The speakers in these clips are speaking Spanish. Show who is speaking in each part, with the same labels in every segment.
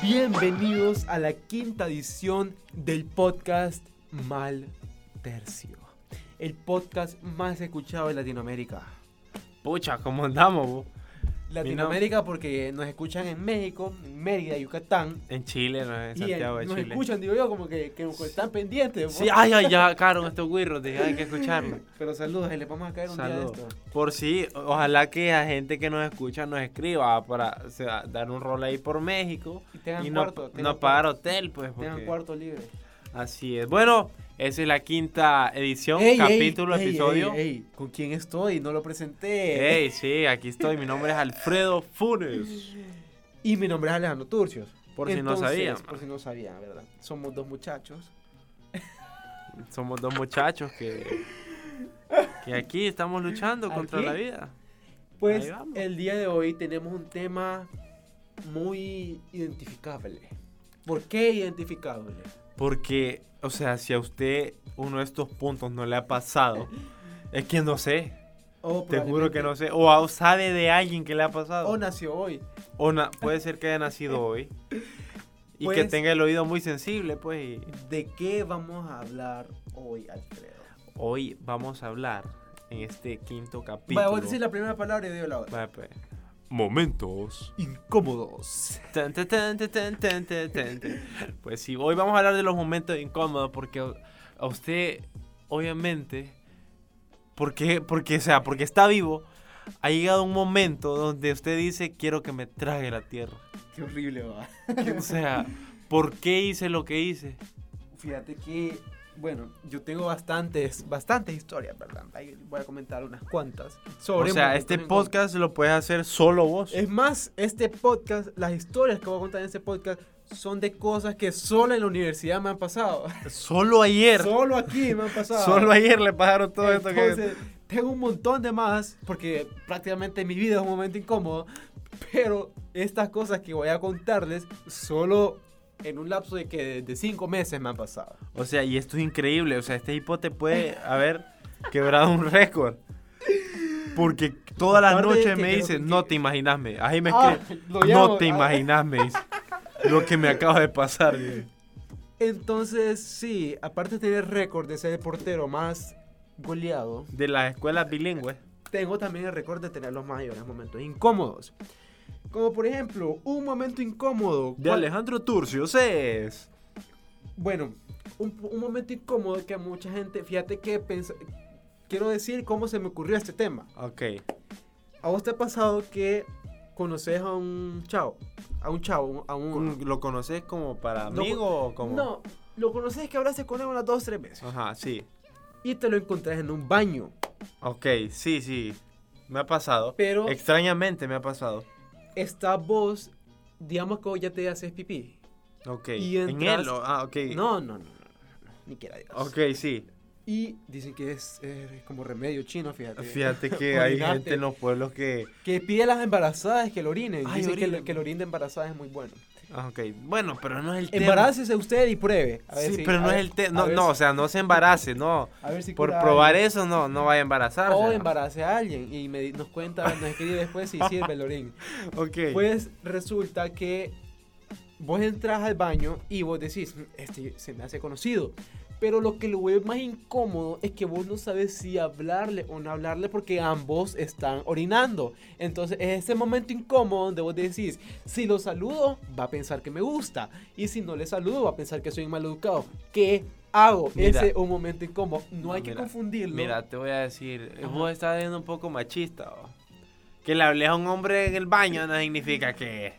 Speaker 1: Bienvenidos a la quinta edición del podcast Mal Tercio. El podcast más escuchado de Latinoamérica.
Speaker 2: Pucha, ¿cómo andamos? bo?
Speaker 1: Latinoamérica porque nos escuchan en México, en Mérida, Yucatán.
Speaker 2: En Chile, no en
Speaker 1: Y en-
Speaker 2: Santiago de
Speaker 1: nos
Speaker 2: Chile.
Speaker 1: escuchan, digo yo, como que, que están pendientes.
Speaker 2: Sí, ah,
Speaker 1: pues.
Speaker 2: ay, ay, ya, caro, estos güirros, de- hay que escucharlo.
Speaker 1: Pero saludos, les vamos a caer un
Speaker 2: Saludos.
Speaker 1: día de esto.
Speaker 2: Por si, ojalá que la gente que nos escucha nos escriba para o sea, dar un rol ahí por México.
Speaker 1: Y tengan
Speaker 2: y no,
Speaker 1: cuarto. tengan
Speaker 2: no
Speaker 1: cuarto,
Speaker 2: pagar hotel, pues.
Speaker 1: Tengan
Speaker 2: porque-
Speaker 1: cuarto libre.
Speaker 2: Así es. Bueno, esa es la quinta edición,
Speaker 1: Ey, ey,
Speaker 2: capítulo,
Speaker 1: ey,
Speaker 2: episodio.
Speaker 1: ey, ey, ¿Con quién estoy? No lo presenté.
Speaker 2: Ey, sí, aquí estoy. Mi nombre es Alfredo Funes.
Speaker 1: Y mi nombre es Alejandro Turcios.
Speaker 2: Por si no
Speaker 1: Entonces,
Speaker 2: sabían.
Speaker 1: Por si no sabían, ¿verdad? Somos dos muchachos.
Speaker 2: Somos dos muchachos que, que aquí estamos luchando contra
Speaker 1: Aquí.
Speaker 2: la vida.
Speaker 1: Pues
Speaker 2: Ahí vamos.
Speaker 1: el día de hoy tenemos un tema muy identificable. ¿Por qué identificable?
Speaker 2: Porque, o sea, si a usted uno de estos puntos no le ha pasado, es que no sé.
Speaker 1: O
Speaker 2: Te juro que no
Speaker 1: probablemente-
Speaker 2: sé. O a- sabe de alguien que le ha pasado.
Speaker 1: O nació hoy.
Speaker 2: O na- puede ser que haya nacido hoy. Y que
Speaker 1: Pues-
Speaker 2: tenga el oído muy sensible, pues. y-
Speaker 1: ¿De qué vamos a hablar hoy, Alfredo?
Speaker 2: Hoy vamos a hablar en este quinto capítulo.
Speaker 1: Vaya, voy a decir la primera palabra y digo la otra.
Speaker 2: Va, pues. Momentos.
Speaker 1: Incómodos.
Speaker 2: Tan, tan, tan, tan, tan, tan, tan, tan, tan. Pues sí, hoy vamos a hablar de los momentos incómodos porque a usted, obviamente, porque, porque, o sea, porque está vivo, ha llegado un momento donde usted dice, quiero que me trague la tierra.
Speaker 1: Qué horrible, va.
Speaker 2: O sea, ¿por qué hice lo que hice?
Speaker 1: Fíjate que, bueno, yo tengo bastantes, bastantes historias, ¿verdad? Ahí voy a comentar unas cuantas.
Speaker 2: O
Speaker 1: Sobre
Speaker 2: sea,
Speaker 1: momentos
Speaker 2: este
Speaker 1: en-
Speaker 2: podcast lo puedes hacer solo vos.
Speaker 1: Es más, este podcast, las historias que voy a contar en este podcast son de cosas que solo en la universidad me han pasado.
Speaker 2: Solo ayer.
Speaker 1: Solo aquí me han pasado.
Speaker 2: Solo ayer le pasaron todo esto
Speaker 1: Entonces, tengo un montón de más porque prácticamente mi vida es un momento incómodo, pero estas cosas que voy a contarles solo en un lapso de que de cinco meses me han pasado.
Speaker 2: que. O sea, y esto es increíble. O sea, este hipo te puede haber quebrado un récord. Porque todas las
Speaker 1: Aparte de
Speaker 2: noches
Speaker 1: que
Speaker 2: me
Speaker 1: creo
Speaker 2: dice,
Speaker 1: que-
Speaker 2: no te imaginas, me. Ahí me
Speaker 1: Ah,
Speaker 2: escribe,
Speaker 1: lo
Speaker 2: no
Speaker 1: llamo,
Speaker 2: te
Speaker 1: ah.
Speaker 2: imaginas, me dice. Lo que me acaba de pasar. dice.
Speaker 1: Entonces, sí, aparte de tener récord de ser el portero más goleado,
Speaker 2: De las escuelas bilingües.
Speaker 1: tengo también el récord de tener los mayores momentos incómodos. Como por ejemplo, un momento incómodo.
Speaker 2: De
Speaker 1: ¿Cuál-
Speaker 2: Alejandro Turcios es.
Speaker 1: Bueno, un, un momento incómodo que a mucha gente, fíjate que pensa- quiero decir cómo se me ocurrió este tema.
Speaker 2: Ok.
Speaker 1: ¿A vos te ha pasado que conoces a un chavo? A un chavo, a un...
Speaker 2: ¿Lo conoces como para
Speaker 1: No,
Speaker 2: amigo o como.?
Speaker 1: No, lo conoces que hablaste con él unas dos, tres veces.
Speaker 2: Ajá, sí.
Speaker 1: Y te lo encontrás en un baño.
Speaker 2: Ok, sí, sí. Me ha pasado.
Speaker 1: Pero-
Speaker 2: Extrañamente me ha pasado.
Speaker 1: Está vos, digamos que vos ya te haces pipí.
Speaker 2: Ok.
Speaker 1: Y
Speaker 2: En
Speaker 1: entras-
Speaker 2: él. o- Ah, ok.
Speaker 1: No, no, no, no, no, ni quiera Dios.
Speaker 2: Ok, sí.
Speaker 1: Y dicen que es eh, como remedio chino, fíjate.
Speaker 2: Fíjate que hay
Speaker 1: Orinate.
Speaker 2: gente en los pueblos que.
Speaker 1: Que pide a las embarazadas que lo orinen.
Speaker 2: Ay,
Speaker 1: dicen que,
Speaker 2: orinen.
Speaker 1: el- que el orín de embarazadas es muy bueno.
Speaker 2: Ah, Ok, bueno, pero no es el tema.
Speaker 1: Embarácese usted y pruebe. A ver
Speaker 2: Sí,
Speaker 1: si-
Speaker 2: pero
Speaker 1: a
Speaker 2: no es
Speaker 1: ver-
Speaker 2: el tema.
Speaker 1: a
Speaker 2: No,
Speaker 1: ver
Speaker 2: no,
Speaker 1: si-
Speaker 2: o sea, no se embarace, no.
Speaker 1: a ver si
Speaker 2: Por
Speaker 1: cura
Speaker 2: probar
Speaker 1: algo.
Speaker 2: eso, no, no va a embarazarse.
Speaker 1: O embarace a alguien y me, di- nos cuenta, nos escribe después si sirve el orín.
Speaker 2: Ok.
Speaker 1: Pues resulta que vos entras al baño y vos decís, "Mm, este se me hace conocido. Pero lo que lo vuelve más incómodo es que vos no sabes si hablarle o no hablarle porque ambos están orinando. Entonces es ese momento incómodo donde vos decís, si lo saludo va a pensar que me gusta y si no le saludo va a pensar que soy mal educado. ¿Qué hago?
Speaker 2: Mira.
Speaker 1: ese es un momento incómodo. No hay que
Speaker 2: mira,
Speaker 1: confundirlo.
Speaker 2: Mira, te voy a decir,
Speaker 1: Ajá.
Speaker 2: vos estás siendo un poco machista. ¿o? Que le hables a un hombre en el baño no significa que,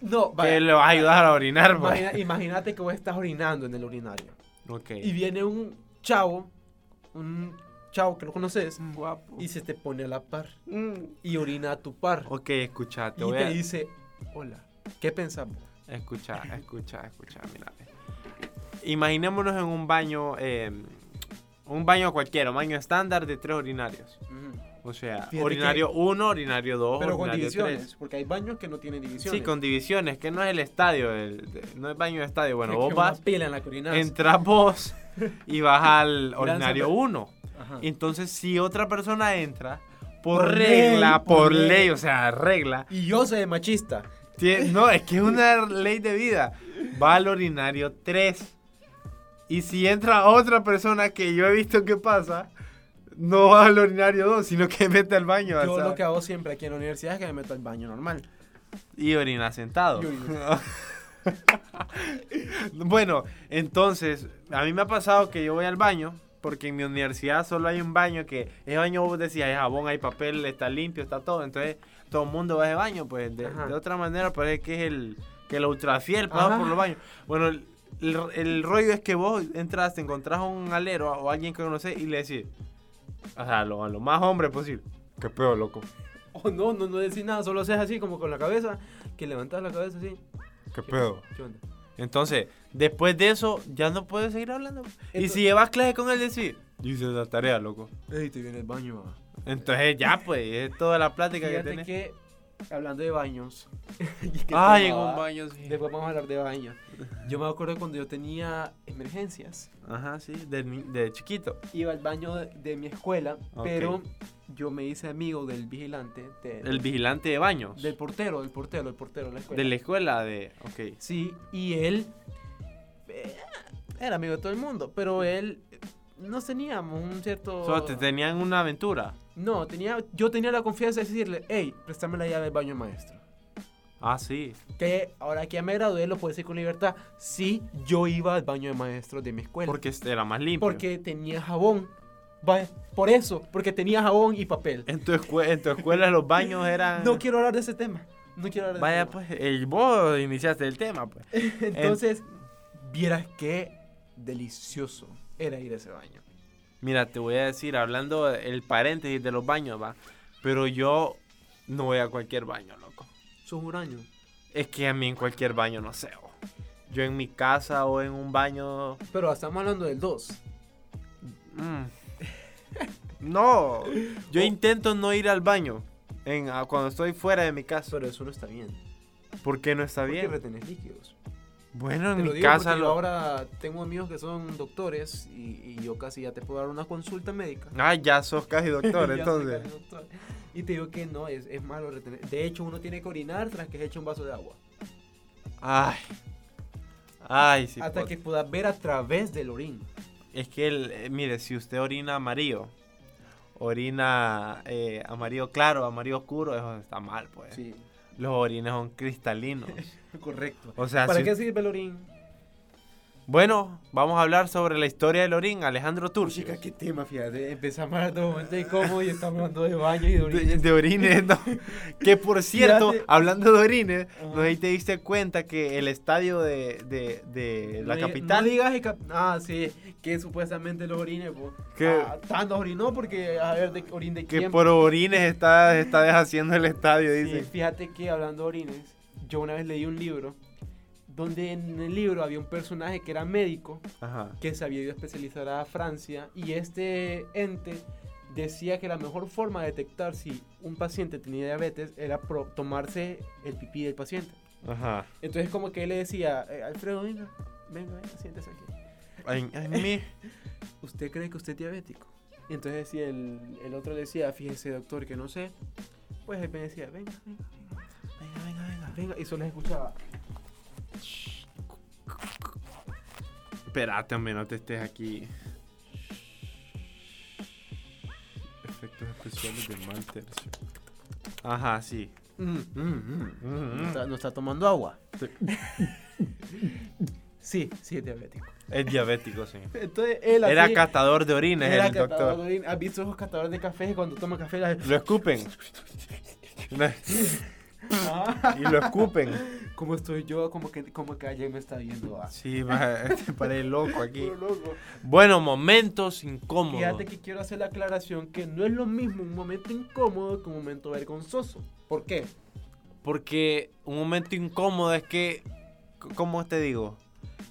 Speaker 1: no, vaya,
Speaker 2: que lo vas a ayudar a orinar, pues.
Speaker 1: imagina- imagínate que vos estás orinando en el urinario.
Speaker 2: Ok.
Speaker 1: Y viene un chavo, un chavo que no conoces,
Speaker 2: Mm, Guapo.
Speaker 1: y se te pone a la par. Y orina a tu par.
Speaker 2: Ok, escucha, te
Speaker 1: y
Speaker 2: voy
Speaker 1: te
Speaker 2: a.
Speaker 1: dice, hola, ¿qué pensamos?
Speaker 2: Escucha, escucha, escucha, mira. Imaginémonos en un baño, eh, un baño cualquiera, un baño estándar de tres ordinarios. O sea,
Speaker 1: Fíjate
Speaker 2: ordinario 1, ordinario 2,
Speaker 1: Pero con
Speaker 2: ordinario
Speaker 1: divisiones,
Speaker 2: 3.
Speaker 1: porque hay baños que no tienen divisiones.
Speaker 2: Sí, con divisiones, que no es el estadio, el- de- no es baño de estadio. Bueno,
Speaker 1: Que
Speaker 2: vos
Speaker 1: una
Speaker 2: vas,
Speaker 1: pila en la corina.
Speaker 2: entras vos y vas al
Speaker 1: Gran
Speaker 2: ordinario
Speaker 1: San-
Speaker 2: 1.
Speaker 1: Ajá.
Speaker 2: Entonces, si otra persona entra, por,
Speaker 1: Por ley,
Speaker 2: regla,
Speaker 1: por
Speaker 2: por ley,
Speaker 1: ley.
Speaker 2: o sea, regla,
Speaker 1: Y yo soy machista.
Speaker 2: Tie- No, es que es una ley de vida. Va al ordinario 3. Y si entra otra persona que yo he visto que pasa, no va al ordinario 2, sino que mete al baño. o
Speaker 1: Yo
Speaker 2: sea,
Speaker 1: lo que hago siempre aquí en la universidad es que me meto al baño normal.
Speaker 2: Y orina sentado.
Speaker 1: Y orina.
Speaker 2: bueno, entonces, a mí me ha pasado que yo voy al baño, porque en mi universidad solo hay un baño que es baño, vos decías, hay jabón, hay papel, está limpio, está todo. Entonces, todo el mundo va de baño, pues de,
Speaker 1: Ajá.
Speaker 2: de otra manera parece que es el que lo ultrafiel
Speaker 1: Ajá.
Speaker 2: pasa por los baños. Bueno, el, el- el rollo es que vos entras, te encontrás a un alero o a alguien que conoces y le decís, o sea, lo, lo más hombre posible. Qué pedo, loco.
Speaker 1: O "Oh, no, no, no decís nada, solo haces así como con la cabeza, que levantas la cabeza así.
Speaker 2: Qué
Speaker 1: ¿Qué onda?
Speaker 2: Entonces, después de eso, ya no puedes seguir hablando. y
Speaker 1: Entonces-
Speaker 2: si llevas clase con él, decís, yo hice la tarea, loco.
Speaker 1: Ey, te viene el baño. va.
Speaker 2: Entonces, ya, pues, es toda la plática que
Speaker 1: Fíjate
Speaker 2: tenés.
Speaker 1: que, hablando de baños. y que
Speaker 2: Ay, en
Speaker 1: tomaba-
Speaker 2: un baño, sí.
Speaker 1: Después vamos a hablar de baños. Yo me acuerdo cuando yo tenía emergencias.
Speaker 2: Ajá, sí, de, ni- de chiquito.
Speaker 1: Iba al baño de, de mi escuela,
Speaker 2: Ok.
Speaker 1: pero yo me hice amigo del vigilante, de-
Speaker 2: El vigilante de baños.
Speaker 1: del portero, el portero, el portero de la escuela.
Speaker 2: de la escuela de... Ok.
Speaker 1: Sí, y él eh, era amigo de todo el mundo, pero él eh, nos teníamos un cierto...
Speaker 2: Solo te tenían una aventura.
Speaker 1: No, tenía, yo tenía la confianza de decirle, hey, préstame la llave del baño maestro.
Speaker 2: Ah, sí.
Speaker 1: Que ahora que ya me gradué lo puedo decir con libertad. Sí, yo iba al baño de maestros de mi escuela.
Speaker 2: Porque este era más limpio.
Speaker 1: Porque tenía jabón. Va, Por eso, porque tenía jabón y papel.
Speaker 2: En tu, escue- en tu escuela los baños eran...
Speaker 1: No quiero hablar de ese tema. No quiero hablar de ese
Speaker 2: Vaya,
Speaker 1: tema.
Speaker 2: pues, el, vos iniciaste el tema, pues.
Speaker 1: Entonces, vieras qué delicioso era ir a ese baño.
Speaker 2: Mira, te voy a decir, hablando el paréntesis de los baños, va. Pero yo no voy a cualquier baño, loco.
Speaker 1: Sos un año.
Speaker 2: Es que a mí en cualquier baño no sé. bo. Yo en mi casa o en un baño.
Speaker 1: Pero estamos hablando del 2.
Speaker 2: mm. No.
Speaker 1: Oh.
Speaker 2: Yo intento no ir al baño en, a- cuando estoy fuera de mi casa.
Speaker 1: Pero eso no está bien.
Speaker 2: ¿Por qué no está
Speaker 1: Porque
Speaker 2: bien?
Speaker 1: retenés líquidos.
Speaker 2: Bueno,
Speaker 1: Te
Speaker 2: en
Speaker 1: lo
Speaker 2: mi
Speaker 1: digo
Speaker 2: casa
Speaker 1: porque yo
Speaker 2: lo.
Speaker 1: ahora tengo amigos que son doctores y, y yo casi ya te puedo dar una consulta médica.
Speaker 2: Ah, ya sos casi
Speaker 1: Ya
Speaker 2: doctor,
Speaker 1: soy
Speaker 2: entonces.
Speaker 1: casi doctor. Y te digo que no, es, es malo retener. De hecho, uno tiene que orinar tras que se eche un vaso de agua.
Speaker 2: Ay. Ay, sí.
Speaker 1: hasta
Speaker 2: pot-
Speaker 1: que puedas ver a través del orín.
Speaker 2: Es que, el, eh, mire, si usted orina amarillo, orina eh, amarillo claro, amarillo oscuro, eso está mal, pues.
Speaker 1: Sí,
Speaker 2: Los orines son cristalinos.
Speaker 1: correcto. Ah,
Speaker 2: O sea,
Speaker 1: ¿Para
Speaker 2: si-
Speaker 1: qué sirve el orín?
Speaker 2: bueno, vamos a hablar sobre la historia del orín, Alejandro Turci.
Speaker 1: Chica, qué tema, fíjate. Empezamos a hablar de momento de cómo y estamos hablando de baño y de
Speaker 2: De,
Speaker 1: orín.
Speaker 2: de orines, ¿no? Que por cierto,
Speaker 1: Fíjate.
Speaker 2: hablando de orines,
Speaker 1: Ajá.
Speaker 2: no sé si te diste cuenta que el estadio de, de- de
Speaker 1: No
Speaker 2: la
Speaker 1: di-
Speaker 2: capital.
Speaker 1: No digas que cap- ah, sí, que supuestamente los orines, pues.
Speaker 2: Que-
Speaker 1: Ah, tanto orinó porque a ver de orín de
Speaker 2: que
Speaker 1: quién.
Speaker 2: por orines está, está deshaciendo el estadio,
Speaker 1: Sí,
Speaker 2: dice.
Speaker 1: fíjate que hablando de orines, yo una vez leí un libro donde en el libro había un personaje que era médico
Speaker 2: Ajá.
Speaker 1: que se había ido a especializar a Francia y este ente decía que la mejor forma de detectar si un paciente tenía diabetes era pro- tomarse el pipí del paciente.
Speaker 2: Ajá.
Speaker 1: Entonces como que él le decía, "Eh, Alfredo, venga, venga, venga, siéntese aquí.
Speaker 2: Ay, ay, mi.
Speaker 1: ¿Usted cree que usted es diabético? Y entonces si el, el otro le decía, fíjese doctor que no sé, pues él me decía, venga, venga, venga,
Speaker 2: Venga, venga, venga.
Speaker 1: venga, y solo escuchaba.
Speaker 2: Espérate, hombre, no te estés aquí. Efectos especiales de mal tercio. Ajá, sí.
Speaker 1: "Mm, No, está, no está tomando agua.
Speaker 2: Sí.
Speaker 1: Sí, sí es diabético.
Speaker 2: Es diabético, sí.
Speaker 1: Entonces él
Speaker 2: Era
Speaker 1: así-
Speaker 2: catador de orines
Speaker 1: Era
Speaker 2: el
Speaker 1: catador
Speaker 2: doctor.
Speaker 1: de orina. ¿Has visto esos catadores de café que cuando toman café? las-
Speaker 2: Lo escupen.
Speaker 1: Ah,
Speaker 2: y lo escupen.
Speaker 1: ¿Cómo estoy yo? Como que, como que alguien me está viendo. ah.
Speaker 2: Sí, va, te paré loco aquí.
Speaker 1: Puro loco.
Speaker 2: Bueno, momentos incómodos.
Speaker 1: Fíjate que quiero hacer la aclaración que no es lo mismo un momento incómodo que un momento vergonzoso. ¿Por qué?
Speaker 2: Porque un momento incómodo es que. c- ¿Cómo te digo?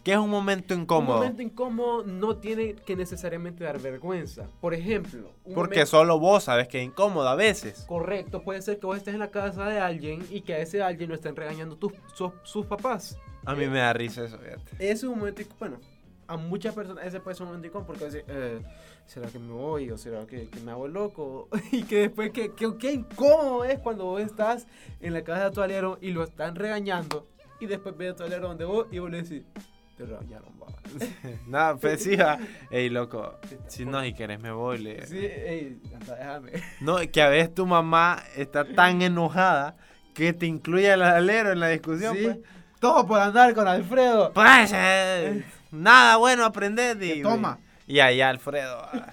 Speaker 2: ¿Qué es un momento incómodo?
Speaker 1: Un momento incómodo no tiene que necesariamente dar vergüenza. Por ejemplo, un
Speaker 2: Porque
Speaker 1: momento-
Speaker 2: solo vos sabes que es incómodo a veces.
Speaker 1: Correcto, puede ser que vos estés en la casa de alguien y que a ese alguien lo estén regañando tus, sus- sus papás.
Speaker 2: A mí me da risa eso, fíjate.
Speaker 1: Ese es un momento, inc- bueno, a muchas personas ese puede ser un momento incómodo porque decir, eh, ¿será que me voy? ¿O será que, que me hago loco? y que después, que, que, qué incómodo es cuando vos estás en la casa de tu alero y lo están regañando y después ves a tu alero donde vos y vos le decís, te regañaron, va.
Speaker 2: Nada, pues sí, va. Ey, loco. Si no, si querés me voy. Le...
Speaker 1: Sí, ey, anda, déjame.
Speaker 2: No, que a veces tu mamá está tan enojada que te incluye al alero en la discusión,
Speaker 1: Sí.
Speaker 2: pues.
Speaker 1: Todo por andar con Alfredo.
Speaker 2: Pues, eh, nada bueno aprender de.
Speaker 1: Que toma.
Speaker 2: Y ahí Alfredo. ah,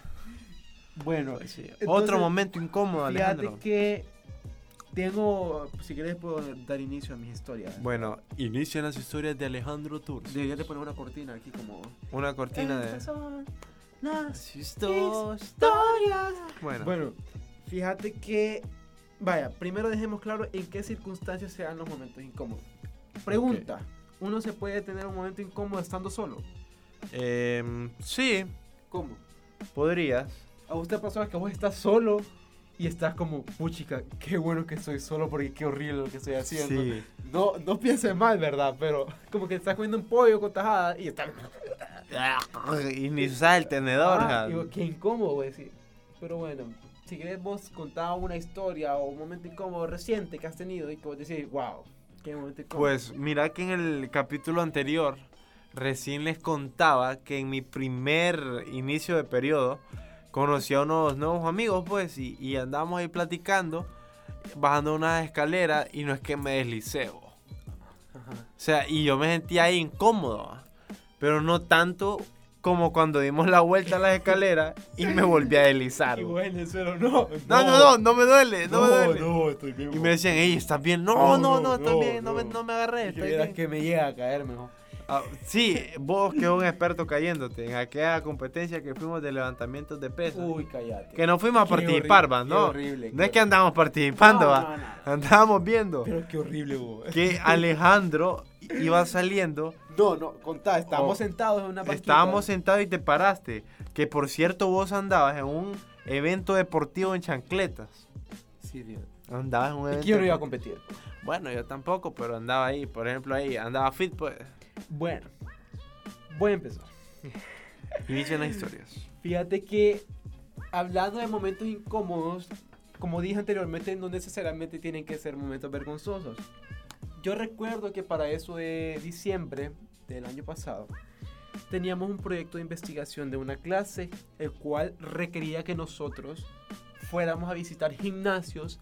Speaker 1: Bueno,
Speaker 2: pues sí. Otro
Speaker 1: Entonces,
Speaker 2: momento incómodo, Alejandro.
Speaker 1: Fíjate que tengo, si quieres puedo dar inicio a mis historias.
Speaker 2: Bueno, inician las historias de Alejandro Tours.
Speaker 1: Debería de poner una cortina aquí como...
Speaker 2: Una cortina de.
Speaker 1: Estas son las
Speaker 2: historias. Bueno,
Speaker 1: Bueno, fíjate que... Vaya, primero dejemos claro en qué circunstancias se dan los momentos incómodos. Pregunta, ¿uno se puede tener un momento incómodo estando solo?
Speaker 2: em, sí,
Speaker 1: ¿Cómo?
Speaker 2: podrías.
Speaker 1: ¿A usted pasó que vos estás solo y estás como, puchica, qué bueno que estoy solo porque qué horrible lo que estoy haciendo?
Speaker 2: Sí.
Speaker 1: No, no pienses mal, ¿verdad? Pero como que estás comiendo un pollo con tajada y estás...
Speaker 2: Ah, Y ni usas el tenedor.
Speaker 1: Ah,
Speaker 2: ja.
Speaker 1: digo, qué incómodo, güey, sí. Pero bueno, si querés vos contar una historia o un momento incómodo reciente que has tenido y que vos decís, wow, qué momento incómodo.
Speaker 2: Pues mira que en el capítulo anterior recién les contaba que en mi primer inicio de periodo conocí a unos nuevos amigos pues y, y andábamos ahí platicando, bajando una escalera y no es que me deslicé. bo. O
Speaker 1: Ajá.
Speaker 2: sea, y yo me sentía ahí incómodo, ah, pero no tanto como cuando dimos la vuelta a las escaleras y me volví a deslizar.
Speaker 1: Y
Speaker 2: bo.
Speaker 1: vos en el suelo, no.
Speaker 2: No, no, no, no me duele, no,
Speaker 1: No,
Speaker 2: me duele.
Speaker 1: no, estoy bien.
Speaker 2: Y me decían, ey, ¿estás bien? No,
Speaker 1: No,
Speaker 2: no, no,
Speaker 1: no,
Speaker 2: estás
Speaker 1: no,
Speaker 2: bien, no, me,
Speaker 1: no.
Speaker 2: no me agarré, estoy bien.
Speaker 1: que me llega a caer mejor.
Speaker 2: Ah, sí, vos que sos un experto cayéndote en aquella competencia que fuimos de levantamientos de pesas.
Speaker 1: Uy, cállate.
Speaker 2: que no fuimos a
Speaker 1: Qué
Speaker 2: participar,
Speaker 1: horrible,
Speaker 2: va,
Speaker 1: qué
Speaker 2: ¿no?
Speaker 1: horrible,
Speaker 2: no
Speaker 1: qué
Speaker 2: es que
Speaker 1: horrible.
Speaker 2: andábamos participando,
Speaker 1: No,
Speaker 2: va.
Speaker 1: no, no.
Speaker 2: Andábamos viendo
Speaker 1: Pero qué horrible, güey.
Speaker 2: que Alejandro iba saliendo.
Speaker 1: No, no, contá, estábamos
Speaker 2: Oh.
Speaker 1: sentados en una banquita.
Speaker 2: Estábamos sentados y te paraste. Que por cierto, vos andabas en un evento deportivo en chancletas.
Speaker 1: Sí, Dios.
Speaker 2: Andabas en un
Speaker 1: Es
Speaker 2: evento.
Speaker 1: que yo no iba a
Speaker 2: deportivo.
Speaker 1: competir.
Speaker 2: Bueno, yo tampoco, pero andaba ahí. Por ejemplo, ahí andaba fit, pues.
Speaker 1: Bueno, voy a empezar.
Speaker 2: Inician las historias.
Speaker 1: Fíjate que hablando de momentos incómodos, como dije anteriormente, no necesariamente tienen que ser momentos vergonzosos. Yo recuerdo que para eso de diciembre del año pasado, teníamos un proyecto de investigación de una clase, el cual requería que nosotros fuéramos a visitar gimnasios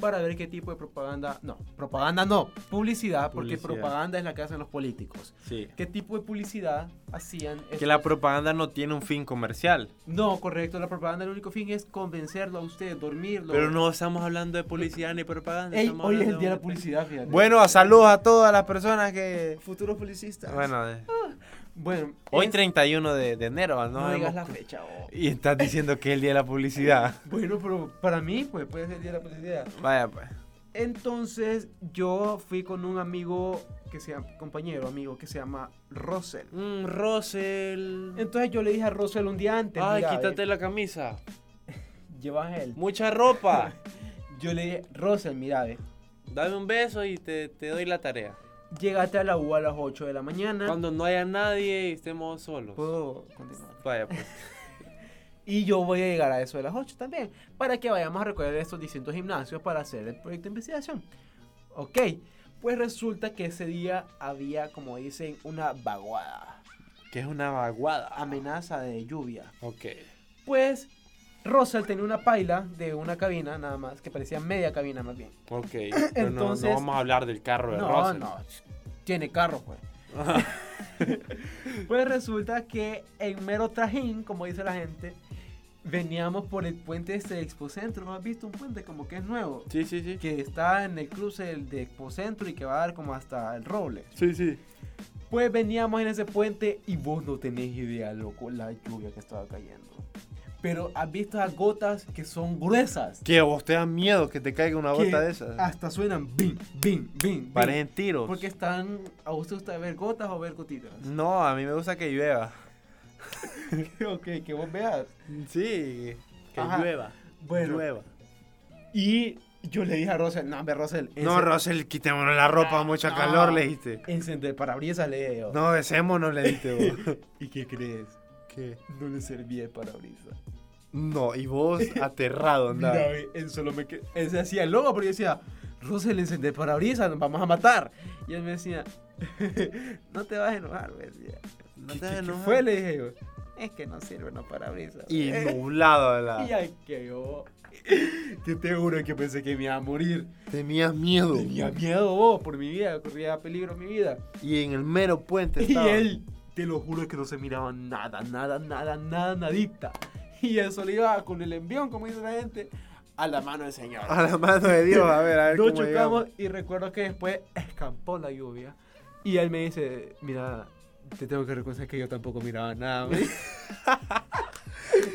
Speaker 1: para ver qué tipo de propaganda, no, propaganda no, publicidad, porque
Speaker 2: Publicidad.
Speaker 1: propaganda es la que hacen los políticos.
Speaker 2: Sí.
Speaker 1: ¿Qué tipo de publicidad hacían?
Speaker 2: Que la
Speaker 1: estos-
Speaker 2: propaganda no tiene un fin comercial.
Speaker 1: no, correcto. La propaganda, el único fin es convencerlo a usted, dormirlo.
Speaker 2: Pero no estamos hablando de publicidad ni propaganda.
Speaker 1: Ey,
Speaker 2: estamos
Speaker 1: hoy es
Speaker 2: hablando
Speaker 1: el día de
Speaker 2: un-
Speaker 1: la publicidad, fíjate.
Speaker 2: Bueno, a saludos a todas las personas que...
Speaker 1: futuros publicistas.
Speaker 2: Bueno, eh,
Speaker 1: bueno
Speaker 2: hoy
Speaker 1: es-
Speaker 2: 31 de, de enero,
Speaker 1: No,
Speaker 2: ¿no?
Speaker 1: digas
Speaker 2: Hemos-
Speaker 1: la fecha. oh.
Speaker 2: Y estás diciendo que es el día de la publicidad.
Speaker 1: Bueno, pero para mí, pues puede ser el día de la publicidad.
Speaker 2: Vaya, pues.
Speaker 1: Entonces, yo fui con un amigo que se llama, compañero, amigo que se llama Russell.
Speaker 2: Mm, Rosel.
Speaker 1: Entonces, yo le dije a Russell un día antes:
Speaker 2: Ay,
Speaker 1: mira,
Speaker 2: quítate
Speaker 1: eh,
Speaker 2: la camisa.
Speaker 1: Llevas él.
Speaker 2: Mucha ropa.
Speaker 1: Yo le dije: Russell, mira, ve,
Speaker 2: Dame un beso y te, te doy la tarea.
Speaker 1: llegate a la U a las 8 de la mañana.
Speaker 2: Cuando no haya nadie y estemos solos.
Speaker 1: ¿Puedo continuar?
Speaker 2: Vaya, pues.
Speaker 1: Y yo voy a llegar a eso de las 8 también, para que vayamos a recoger estos distintos gimnasios para hacer el proyecto de investigación. Ok, pues resulta que ese día había, como dicen, una vaguada,
Speaker 2: Que es una vaguada.
Speaker 1: amenaza de lluvia.
Speaker 2: Ok.
Speaker 1: Pues Russell tenía una paila de una cabina nada más, que parecía media cabina más bien.
Speaker 2: Ok. Pero no- no,
Speaker 1: Entonces-
Speaker 2: vamos a hablar del carro de
Speaker 1: No,
Speaker 2: Rosel.
Speaker 1: no, tiene carro pues. Pues resulta que en mero trajín, como dice la gente, veníamos por el puente este de Expocentro, ¿no has visto un puente como que es nuevo?
Speaker 2: Sí, sí, sí.
Speaker 1: que está en el cruce del- de Expocentro y que va a dar como hasta el roble.
Speaker 2: Sí, sí.
Speaker 1: Pues veníamos en ese puente y vos no tenés idea, loco, la lluvia que estaba cayendo. Pero has visto las gotas que son gruesas.
Speaker 2: Que vos te da miedo que te caiga una
Speaker 1: Que
Speaker 2: gota de esas.
Speaker 1: Hasta suenan bin, bin, bin. bin.
Speaker 2: Parecen tiros.
Speaker 1: Porque están. ¿A usted gusta ver gotas o ver gotitas?
Speaker 2: No, a mí me gusta que llueva.
Speaker 1: ok, que vos veas.
Speaker 2: Sí, que
Speaker 1: Ajá.
Speaker 2: llueva.
Speaker 1: Bueno,
Speaker 2: Llueva.
Speaker 1: y Yo le dije a Rosel, no, hombre, Rosel.
Speaker 2: No, Rosel, quitémonos la ropa, mucha
Speaker 1: Ah, no.
Speaker 2: calor, le dijiste.
Speaker 1: Encender parabrisas, le dije yo.
Speaker 2: No, besémonos, le dijiste vos.
Speaker 1: ¿Y qué crees?
Speaker 2: ¿Qué?
Speaker 1: No le servía de parabrisas.
Speaker 2: No, y vos aterrado andabas.
Speaker 1: Mira, ve, él solo me qued- él se hacía el loco porque decía, Rosel, encender parabrisas, nos vamos a matar. Y él me decía, no te vas a enojar, me decía.
Speaker 2: No
Speaker 1: ¿Qué,
Speaker 2: te
Speaker 1: qué-
Speaker 2: vas a
Speaker 1: qué
Speaker 2: enojar.
Speaker 1: fue? Le dije yo, es que no sirven los parabrisas.
Speaker 2: Y
Speaker 1: Eh,
Speaker 2: nublado,
Speaker 1: Y
Speaker 2: la.
Speaker 1: ahí quedó. Que te juro que pensé que me iba a morir.
Speaker 2: Tenías miedo.
Speaker 1: Tenía miedo vos por mi vida, corría peligro mi vida.
Speaker 2: Y en el mero puente
Speaker 1: Y
Speaker 2: estaba.
Speaker 1: él, te lo juro que no se miraba nada, nada, nada, nada, nadita. Y eso le iba con el envión, como dice la gente, a la mano del Señor.
Speaker 2: A la mano de Dios, a ver, a ver
Speaker 1: Nos
Speaker 2: Ah, cómo
Speaker 1: chocamos
Speaker 2: llegamos.
Speaker 1: y recuerdo que después escampó la lluvia. Y él me dice, mira, te tengo que reconocer que yo tampoco miraba nada. me dice.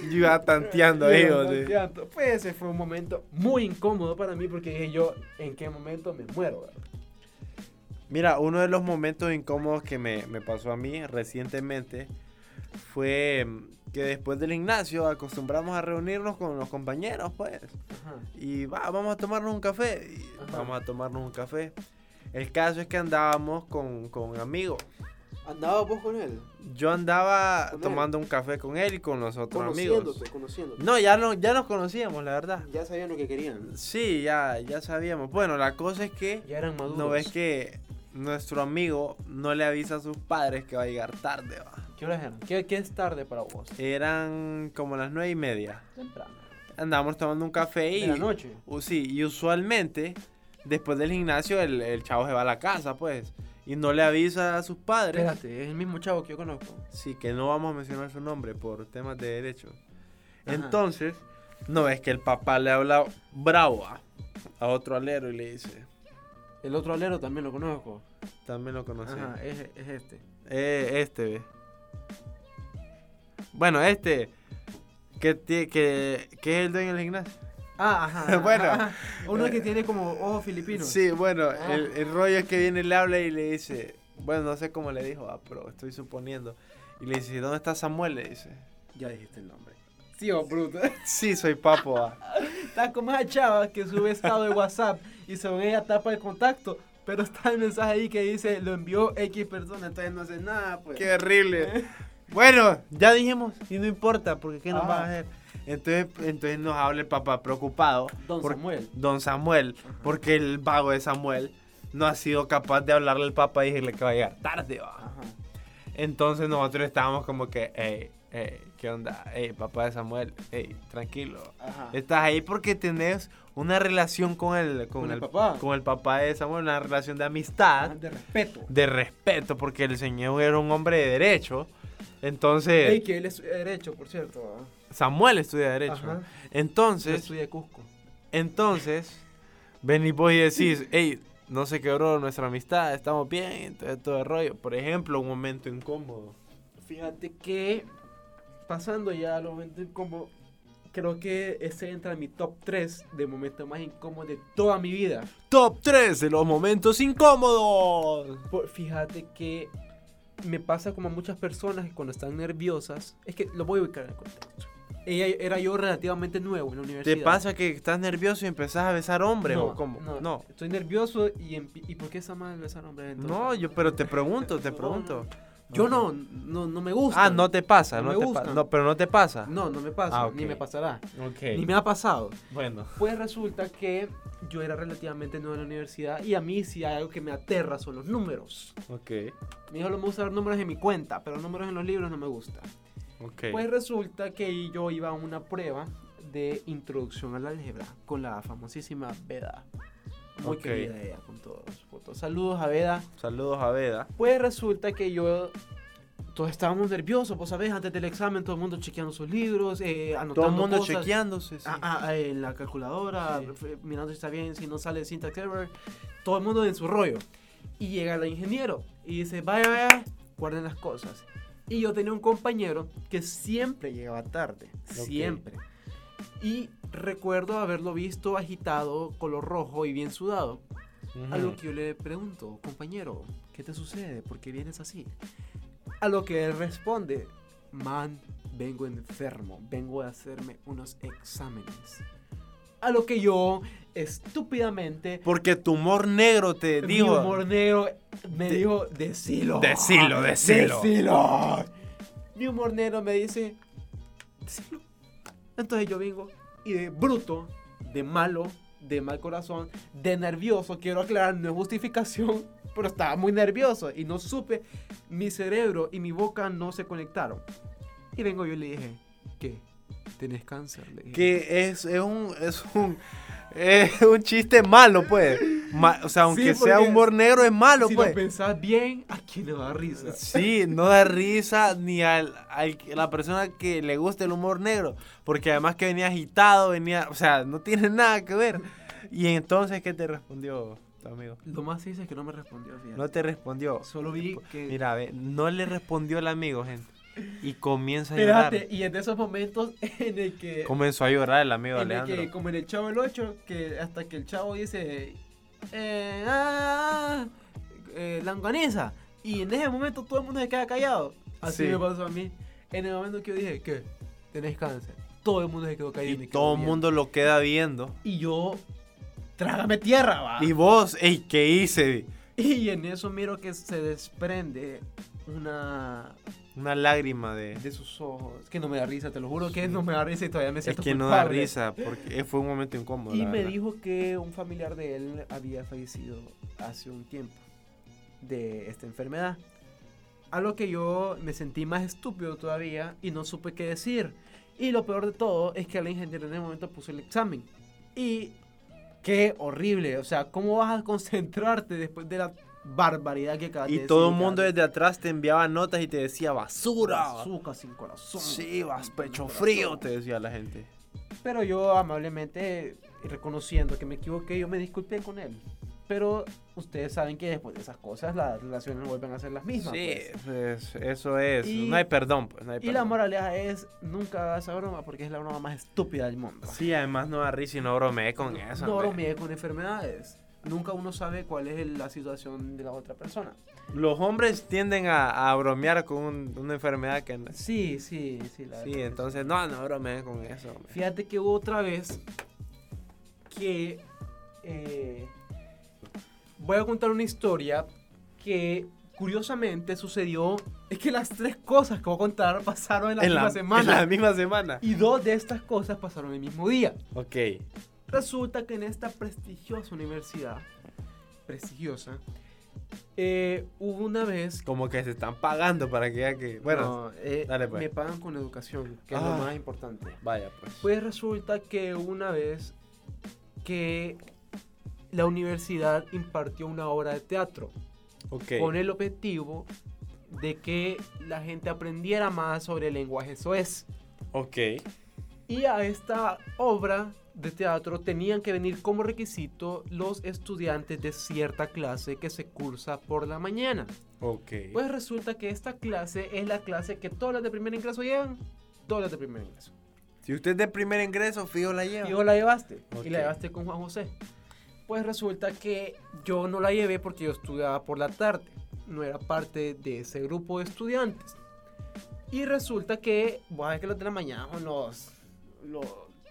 Speaker 2: Yo iba tanteando
Speaker 1: Yo
Speaker 2: ahí,
Speaker 1: iba
Speaker 2: donde-
Speaker 1: tanteando. Pues ese fue un momento muy incómodo para mí porque dije yo, ¿en qué momento me muero? verdad?
Speaker 2: Mira, uno de los momentos incómodos que me, me pasó a mí recientemente fue mm, que después del gimnasio acostumbramos a reunirnos con los compañeros, pues. Y va, vamos a tomarnos un café. Y
Speaker 1: Ajá.
Speaker 2: vamos a tomarnos un café. El caso es que andábamos con, con amigos.
Speaker 1: ¿Andabas vos con él?
Speaker 2: Yo andaba
Speaker 1: Con él.
Speaker 2: tomando un café con él y con los otros amigos.
Speaker 1: conociéndote.
Speaker 2: No, ya, no, ya nos conocíamos, la verdad.
Speaker 1: Ya sabían lo que querían.
Speaker 2: Sí, ya, ya sabíamos. Bueno, la cosa es que...
Speaker 1: Ya eran maduros.
Speaker 2: ¿No ves que nuestro amigo no le avisa a sus padres que va a llegar tarde? va?
Speaker 1: ¿Qué horas eran? ¿Qué, qué es tarde para vos?
Speaker 2: Eran como las nueve y media.
Speaker 1: Temprano.
Speaker 2: Andábamos tomando un café y...
Speaker 1: De la noche.
Speaker 2: Uh, sí, y usualmente después del gimnasio el, el chavo se va a la casa, pues. Y no le avisa a sus padres.
Speaker 1: Espérate, es el mismo chavo que yo conozco.
Speaker 2: Sí, que no vamos a mencionar su nombre por temas de derecho.
Speaker 1: Ajá.
Speaker 2: Entonces, no ves que el papá le habla bravo a, a otro alero y le dice,
Speaker 1: El otro alero también lo conozco.
Speaker 2: también lo conocí.
Speaker 1: Ajá, es, es este.
Speaker 2: Eh, este, ve. Bueno, este. Que, ti- que, que es el dueño del gimnasio.
Speaker 1: Ah, ajá.
Speaker 2: Bueno.
Speaker 1: ajá. Uno que tiene como ojos filipinos.
Speaker 2: Sí, bueno,
Speaker 1: Ah.
Speaker 2: el, el rollo es que viene y le habla y le dice. Bueno, no sé cómo le dijo, ah, pero estoy suponiendo. Y le dice, ¿dónde está Samuel? Le dice.
Speaker 1: Ya dijiste el nombre. Sí, vos, bruto.
Speaker 2: Sí, soy papo. ah".
Speaker 1: Estás como esa chava que sube estado de WhatsApp y según ella tapa el contacto, pero está el mensaje ahí que dice lo envió X persona, entonces no hace nada, pues.
Speaker 2: Qué horrible. Bueno, ya dijimos, y no importa, porque ¿qué nos
Speaker 1: Ah.
Speaker 2: van a hacer? Entonces, entonces nos habla el papá preocupado.
Speaker 1: Don
Speaker 2: por-
Speaker 1: Samuel.
Speaker 2: Don Samuel, porque el vago de Samuel no ha sido capaz de hablarle al papá y decirle que va a llegar tarde. va.
Speaker 1: Ajá.
Speaker 2: Entonces nosotros estábamos como que, hey, hey, ¿qué onda? Hey, papá de Samuel, hey, tranquilo.
Speaker 1: Ajá.
Speaker 2: Estás ahí porque tenés una relación con el, con
Speaker 1: Con el papá.
Speaker 2: con el papá de Samuel, una relación de amistad,
Speaker 1: Ah, De respeto.
Speaker 2: de respeto, porque el señor era un hombre de derecho. Entonces,
Speaker 1: Ey, que él es derecho, por cierto. ¿ah?
Speaker 2: Samuel estudia derecho.
Speaker 1: Ajá. Yo
Speaker 2: Entonces,
Speaker 1: estudié Cusco.
Speaker 2: Entonces, venís vos y decís, hey, no se quebró nuestra amistad, estamos bien, entonces todo el rollo. Por ejemplo, un momento incómodo.
Speaker 1: Fíjate que pasando ya al momento incómodo, creo que ese entra en mi top 3 de momentos más incómodos de toda mi vida.
Speaker 2: Top 3 de los momentos incómodos.
Speaker 1: Por- fíjate que me pasa como a muchas personas que cuando están nerviosas, es que lo voy a ubicar en el contexto. Ella era yo relativamente nuevo en la
Speaker 2: ¿Te
Speaker 1: universidad.
Speaker 2: pasa que estás nervioso y empezás a besar hombres
Speaker 1: No,
Speaker 2: o cómo? No. No,
Speaker 1: Estoy nervioso y, empi- ¿y por qué esa madre esa nombre
Speaker 2: yo, pero te pregunto, te
Speaker 1: No,
Speaker 2: pregunto.
Speaker 1: Yo no, no, no me gusta.
Speaker 2: Ah, no te pasa,
Speaker 1: No
Speaker 2: no,
Speaker 1: me
Speaker 2: te pa-
Speaker 1: gustan.
Speaker 2: No, pero no te pasa.
Speaker 1: No, no me pasa,
Speaker 2: Ah, ok.
Speaker 1: ni me pasará. Ni
Speaker 2: Ok.
Speaker 1: me ha pasado.
Speaker 2: Bueno.
Speaker 1: Pues resulta que yo era relativamente nuevo en la universidad y a mí sí hay algo que me aterra son los números.
Speaker 2: Ok.
Speaker 1: Mi hijo lo me gusta ver números en mi cuenta, pero números en los libros no me gusta.
Speaker 2: Ok.
Speaker 1: Pues resulta que yo iba a una prueba de introducción al álgebra con la famosísima Veda. Muy
Speaker 2: Ok.
Speaker 1: querida ella con todos sus fotos. Saludos a Veda.
Speaker 2: Saludos a Veda.
Speaker 1: Pues resulta que yo. Todos estábamos nerviosos, pues sabes, antes del examen todo el mundo chequeando sus libros, eh, anotando
Speaker 2: Todo el mundo
Speaker 1: cosas.
Speaker 2: chequeándose. sí.
Speaker 1: Ah, ah, en la calculadora,
Speaker 2: Sí.
Speaker 1: f- mirando si está bien, si no sale syntax error. Todo el mundo en su rollo. Y llega el ingeniero y dice, vaya, vaya, guarden las cosas. Y yo tenía un compañero que siempre llegaba tarde,
Speaker 2: Ok.
Speaker 1: siempre. Y recuerdo haberlo visto agitado, color rojo y bien sudado.
Speaker 2: Ujú.
Speaker 1: A lo que yo le pregunto, compañero, ¿qué te sucede? ¿Por qué vienes así? A lo que él responde, man, vengo enfermo, vengo a hacerme unos exámenes. A lo que yo estúpidamente
Speaker 2: Porque tu humor negro te
Speaker 1: mi
Speaker 2: dijo.
Speaker 1: humor negro me dijo, decilo. Ah,
Speaker 2: Decilo, decilo".
Speaker 1: Decilo. Mi humor negro me dice, decilo. Entonces yo vengo y de bruto, de malo, de mal corazón, de nervioso, quiero aclarar, no es justificación, pero estaba muy nervioso y no supe, mi cerebro y mi boca no se conectaron. Y vengo yo y le dije, ¿qué? ¿Tenés cáncer? Le dije.
Speaker 2: Que es, es un. Es un. Es un chiste malo, pues. Ma- o sea, aunque
Speaker 1: Sí,
Speaker 2: sea
Speaker 1: porque
Speaker 2: humor negro, es malo,
Speaker 1: si lo
Speaker 2: pues.
Speaker 1: pensás bien, ¿a quién le da risa?
Speaker 2: Sí, no da risa ni al, al- a la persona que le gusta el humor negro. Porque además que venía agitado, venía. O sea, no tiene nada que ver. Y entonces, ¿qué te respondió tu amigo?
Speaker 1: Lo más triste es que no me respondió. fíjate.
Speaker 2: No te respondió.
Speaker 1: Solo vi que.
Speaker 2: Mira, ve, no le respondió el amigo, gente. Y comienza a llorar.
Speaker 1: Espérate, y en esos momentos en el que.
Speaker 2: Comenzó a llorar el amigo
Speaker 1: en el
Speaker 2: Alejandro.
Speaker 1: que como en el chavo el 8, que hasta que el chavo dice. Eh, ah, eh, langaniza. Y en ese momento todo el mundo se queda callado. Así
Speaker 2: Sí.
Speaker 1: me pasó a mí. En el momento que yo dije, ¿qué? Tenés cáncer. Todo el mundo se quedó callado.
Speaker 2: Y
Speaker 1: me quedó
Speaker 2: todo el
Speaker 1: viendo.
Speaker 2: mundo lo queda viendo.
Speaker 1: Y yo. Trágame tierra, va.
Speaker 2: Y vos, ey, ¿qué hice?
Speaker 1: y en eso miro que se desprende una
Speaker 2: Una lágrima de...
Speaker 1: de sus ojos. Que no me da risa, te lo juro que no me da risa y todavía me
Speaker 2: Es
Speaker 1: siento
Speaker 2: que no da
Speaker 1: culpable.
Speaker 2: risa, porque eh, fue un momento incómodo.
Speaker 1: Y
Speaker 2: la
Speaker 1: me
Speaker 2: verdad.
Speaker 1: dijo que un familiar de él había fallecido hace un tiempo de esta enfermedad. A lo que yo me sentí más estúpido todavía y no supe qué decir. Y lo peor de todo es que el ingeniero en el momento puso el examen. Y qué horrible. O sea, ¿cómo vas a concentrarte después de la barbaridad que acabas de
Speaker 2: Y
Speaker 1: decir?
Speaker 2: todo el mundo
Speaker 1: es
Speaker 2: desde atrás te enviaba notas y te decía basura.
Speaker 1: Azúcar sin corazón.
Speaker 2: Sí, vas
Speaker 1: Sin
Speaker 2: pecho
Speaker 1: corazón".
Speaker 2: frío, te decía la gente.
Speaker 1: Pero yo amablemente, reconociendo que me equivoqué, yo me disculpé con él. Pero ustedes saben que después de esas cosas las relaciones vuelven a ser las mismas.
Speaker 2: Sí,
Speaker 1: pues.
Speaker 2: pues, eso es.
Speaker 1: Y-
Speaker 2: No hay perdón, pues. No hay
Speaker 1: Y la
Speaker 2: perdón.
Speaker 1: moraleja es, nunca hagas esa broma porque es la broma más estúpida del mundo.
Speaker 2: Sí, además no da risa y no bromeé con eso.
Speaker 1: no
Speaker 2: hombre.
Speaker 1: bromees con enfermedades. Nunca uno sabe cuál es el- la situación de la otra persona.
Speaker 2: Los hombres tienden a, a bromear con un- una enfermedad que... no-
Speaker 1: Sí, sí, sí. la
Speaker 2: Pues Sí,
Speaker 1: verdad.
Speaker 2: entonces no, no bromeé con eso. hombre.
Speaker 1: Fíjate que hubo otra vez que eh, voy a contar una historia que curiosamente sucedió. Es que las tres cosas que voy a contar pasaron en la
Speaker 2: en,
Speaker 1: misma
Speaker 2: la, en
Speaker 1: semana.
Speaker 2: la misma semana.
Speaker 1: Y dos de estas cosas pasaron el mismo día.
Speaker 2: Ok.
Speaker 1: Resulta que en esta prestigiosa universidad, prestigiosa, eh, hubo una vez...
Speaker 2: Como que se están pagando para que ya que... Bueno,
Speaker 1: No, eh,
Speaker 2: dale, pues.
Speaker 1: me pagan con educación, que es
Speaker 2: Ah.
Speaker 1: lo más importante.
Speaker 2: vaya pues.
Speaker 1: Pues resulta que una vez que la universidad impartió una obra de teatro
Speaker 2: Ok.
Speaker 1: con el objetivo de que la gente aprendiera más sobre el lenguaje soez.
Speaker 2: Ok.
Speaker 1: Y a esta obra de teatro tenían que venir como requisito los estudiantes de cierta clase que se cursa por la mañana.
Speaker 2: Ok.
Speaker 1: Pues resulta que esta clase es la clase que todas las de primer ingreso llevan, todas las de primer ingreso.
Speaker 2: si usted es de primer ingreso, fijo la lleva.
Speaker 1: Y vos la llevaste.
Speaker 2: Ok.
Speaker 1: Y la llevaste con Juan José. Pues resulta que yo no la llevé porque yo estudiaba por la tarde. No era parte de ese grupo de estudiantes. Y resulta que, vos sabés que los de la mañana son los, los,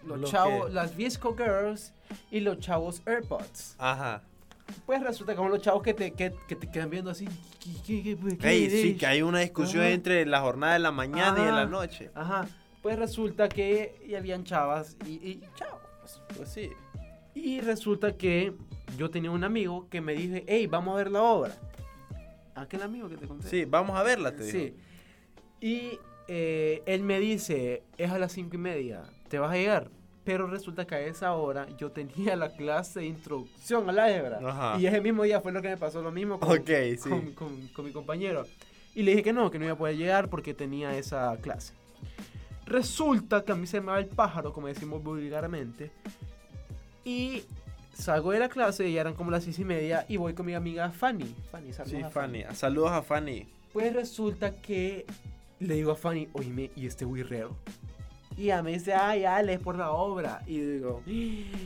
Speaker 1: los
Speaker 2: ¿Los
Speaker 1: chavos,
Speaker 2: qué?
Speaker 1: las disco girls y los chavos AirPods.
Speaker 2: Ajá.
Speaker 1: Pues resulta que son los chavos que te, que, que te quedan viendo así. ¿Qué, qué, qué, qué, qué
Speaker 2: Ey,
Speaker 1: dices?
Speaker 2: sí, que hay una discusión
Speaker 1: Ajá.
Speaker 2: entre la jornada de la mañana y de la
Speaker 1: Ajá.
Speaker 2: noche.
Speaker 1: Ajá. Pues resulta que y habían chavas y, y chavos.
Speaker 2: Pues sí.
Speaker 1: Y resulta que yo tenía un amigo que me dije, hey, vamos a ver la obra. Aquel amigo que te conté.
Speaker 2: Sí, vamos a verla, te
Speaker 1: Sí.
Speaker 2: digo.
Speaker 1: Y eh, él me dice, es a las cinco y media, te vas a llegar. Pero resulta que a esa hora yo tenía la clase de introducción al álgebra.
Speaker 2: Ajá.
Speaker 1: Y ese mismo día fue lo que me pasó lo mismo con,
Speaker 2: Ok, sí.
Speaker 1: con- con- con mi compañero. Y le dije que no, que no iba a poder llegar porque tenía esa clase. Resulta que a mí se me va el pájaro, como decimos vulgarmente. Y salgo de la clase, y ya eran como las seis y media, y voy con mi amiga Fanny. Fanny, saludos
Speaker 2: Sí,
Speaker 1: a
Speaker 2: Fanny. Saludos a Fanny.
Speaker 1: Pues resulta que le digo a Fanny, oíme, ¿y este guirrero? Y ella me dice, ay, Ale, es por la obra. Y digo,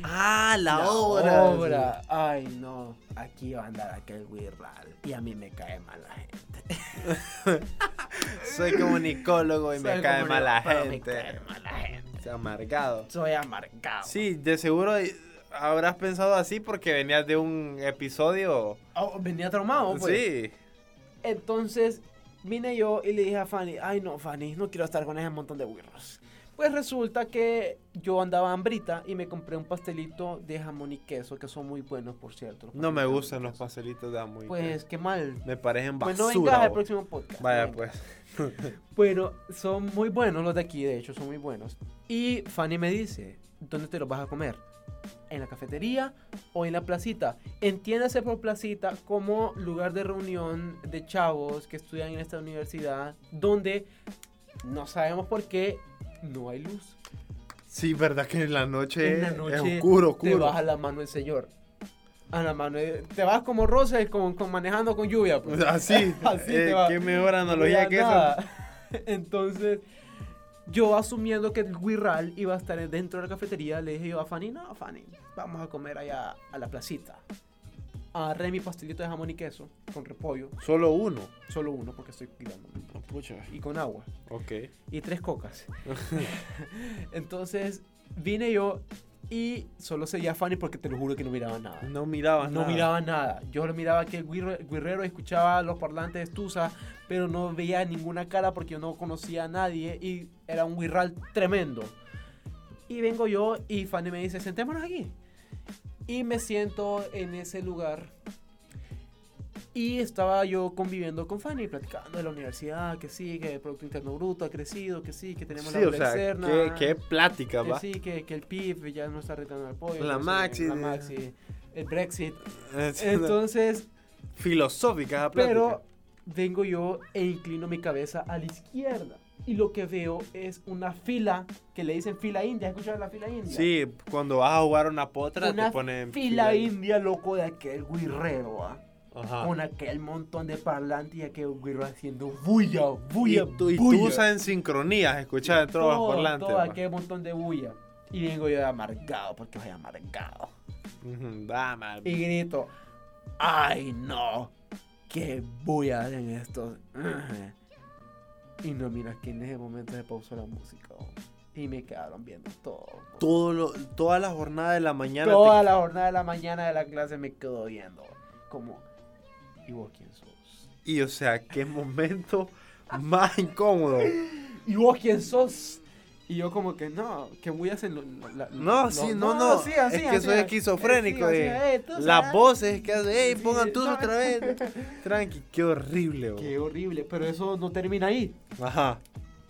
Speaker 2: Ah,
Speaker 1: obra. Ay, no, aquí va a andar aquel guirral. Y a mí me cae mal la gente.
Speaker 2: Soy comunicólogo y me
Speaker 1: Soy
Speaker 2: cae
Speaker 1: como
Speaker 2: mal
Speaker 1: yo,
Speaker 2: la
Speaker 1: pero me
Speaker 2: gente.
Speaker 1: cae mal la gente.
Speaker 3: amargado.
Speaker 1: Soy amargado.
Speaker 2: Sí, de seguro eh, habrás pensado así porque venías de un episodio.
Speaker 1: Oh, venía traumado, pues.
Speaker 2: Sí.
Speaker 1: Entonces vine yo y le dije a Fanny, ay no, Fanny, no quiero estar con ese montón de wirros. Pues resulta que yo andaba hambrita y me compré un pastelito de jamón y queso, que son muy buenos, por cierto. los
Speaker 2: No me
Speaker 1: pastelitos de
Speaker 2: gustan los
Speaker 1: queso.
Speaker 2: pastelitos de muy
Speaker 1: Pues qué mal.
Speaker 2: me parecen
Speaker 1: Pues no
Speaker 2: basura.
Speaker 1: vengas al
Speaker 2: vos.
Speaker 1: próximo podcast.
Speaker 2: Vaya
Speaker 1: no vengas.
Speaker 2: pues.
Speaker 1: Bueno, son muy buenos los de aquí, de hecho, son muy buenos. Y Fanny me dice, ¿dónde te los vas a comer? ¿En la cafetería o en la placita? Entiéndase por placita como lugar de reunión de chavos que estudian en esta universidad donde no sabemos por qué no hay luz.
Speaker 3: Sí, verdad que en la noche,
Speaker 1: en la noche
Speaker 3: es oscuro,
Speaker 1: te
Speaker 3: oscuro.
Speaker 1: vas a la mano del señor. A la mano, de- te vas como Rosas con, con manejando con lluvia. pues.
Speaker 3: Así,
Speaker 1: Así te
Speaker 3: eh,
Speaker 1: va.
Speaker 3: qué mejor analogía
Speaker 1: Mira,
Speaker 3: que esa.
Speaker 1: nada. Entonces, yo asumiendo que el guirral iba a estar dentro de la cafetería, le dije yo a Fanny, no, Fanny, vamos a comer allá a la placita. Agarré mi pastelito de jamón y queso con repollo,
Speaker 3: Solo uno.
Speaker 1: solo uno porque estoy cuidando,
Speaker 3: Pucha.
Speaker 1: y con agua,
Speaker 2: Ok.
Speaker 1: y tres cocas. Entonces, vine yo y solo seguía a Fanny porque te lo juro que no miraba nada.
Speaker 2: No mirabas
Speaker 1: No
Speaker 2: nada.
Speaker 1: miraba nada. Yo lo miraba que el guirre- guirrero escuchaba los parlantes de Tusa, pero no veía ninguna cara porque yo no conocía a nadie y era un guirral tremendo. Y vengo yo y Fanny me dice, sentémonos aquí. Y me siento en ese lugar. Y estaba yo conviviendo con Fanny, platicando de la universidad, que sí, que el Producto Interno Bruto ha crecido, que sí, que tenemos
Speaker 3: Sí,
Speaker 1: la
Speaker 3: o sea,
Speaker 1: externa.
Speaker 3: qué, qué plática,
Speaker 1: Que
Speaker 3: va.
Speaker 1: sí, que, que el PIB ya no está retando al pollo.
Speaker 2: La
Speaker 1: no sé,
Speaker 2: Maxi,
Speaker 1: La
Speaker 2: de-
Speaker 1: Maxi. El Brexit.
Speaker 2: Es una
Speaker 1: Entonces,
Speaker 2: filosófica esa plática.
Speaker 1: pero vengo yo e inclino mi cabeza a la izquierda. Y lo que veo es una fila que le dicen fila india. ¿Has escuchado la fila india?
Speaker 2: Sí, cuando vas a jugar una potra
Speaker 1: Una
Speaker 2: te ponen
Speaker 1: Fila
Speaker 2: ahí.
Speaker 1: india, loco, de aquel guirrero, ¿ah?
Speaker 2: Ajá.
Speaker 1: Con aquel montón de parlantes y aquel guirrero haciendo bulla, bulla,
Speaker 2: y tú, y
Speaker 1: bulla.
Speaker 2: tú usas en sincronías, escuchas en todos
Speaker 1: todo,
Speaker 2: los parlantes.
Speaker 1: todo
Speaker 2: va.
Speaker 1: aquel montón de bulla. Y vengo yo amargado, porque soy amargado.
Speaker 2: Ujú, Da, mal.
Speaker 1: y grito, ¡ay no! ¡Qué bulla en estos! Y no miras que en ese momento se pausó la música. oh. Y me quedaron viendo todo.
Speaker 2: Todo lo- toda la jornada de la mañana te-
Speaker 1: Toda la jornada de la mañana de la clase me quedó viendo. Como, ¿y vos quién sos?
Speaker 2: Y o sea, qué momento más incómodo.
Speaker 1: ¿Y vos quién sos? Y yo como que no, que voy a hacer... lo- la- la-
Speaker 2: No,
Speaker 1: lo-
Speaker 2: sí, no, no.
Speaker 1: sí, así,
Speaker 2: es que
Speaker 1: así,
Speaker 2: soy
Speaker 1: así.
Speaker 2: esquizofrénico.
Speaker 1: Sí, así,
Speaker 2: eh.
Speaker 1: eh, tú
Speaker 2: Las
Speaker 1: sabes.
Speaker 2: voces que hacen, hey,
Speaker 1: Sí,
Speaker 2: eh, pongan tú
Speaker 1: no.
Speaker 2: otra vez. Tranqui, qué horrible. bo.
Speaker 1: Qué horrible, pero eso no termina ahí.
Speaker 2: Ajá.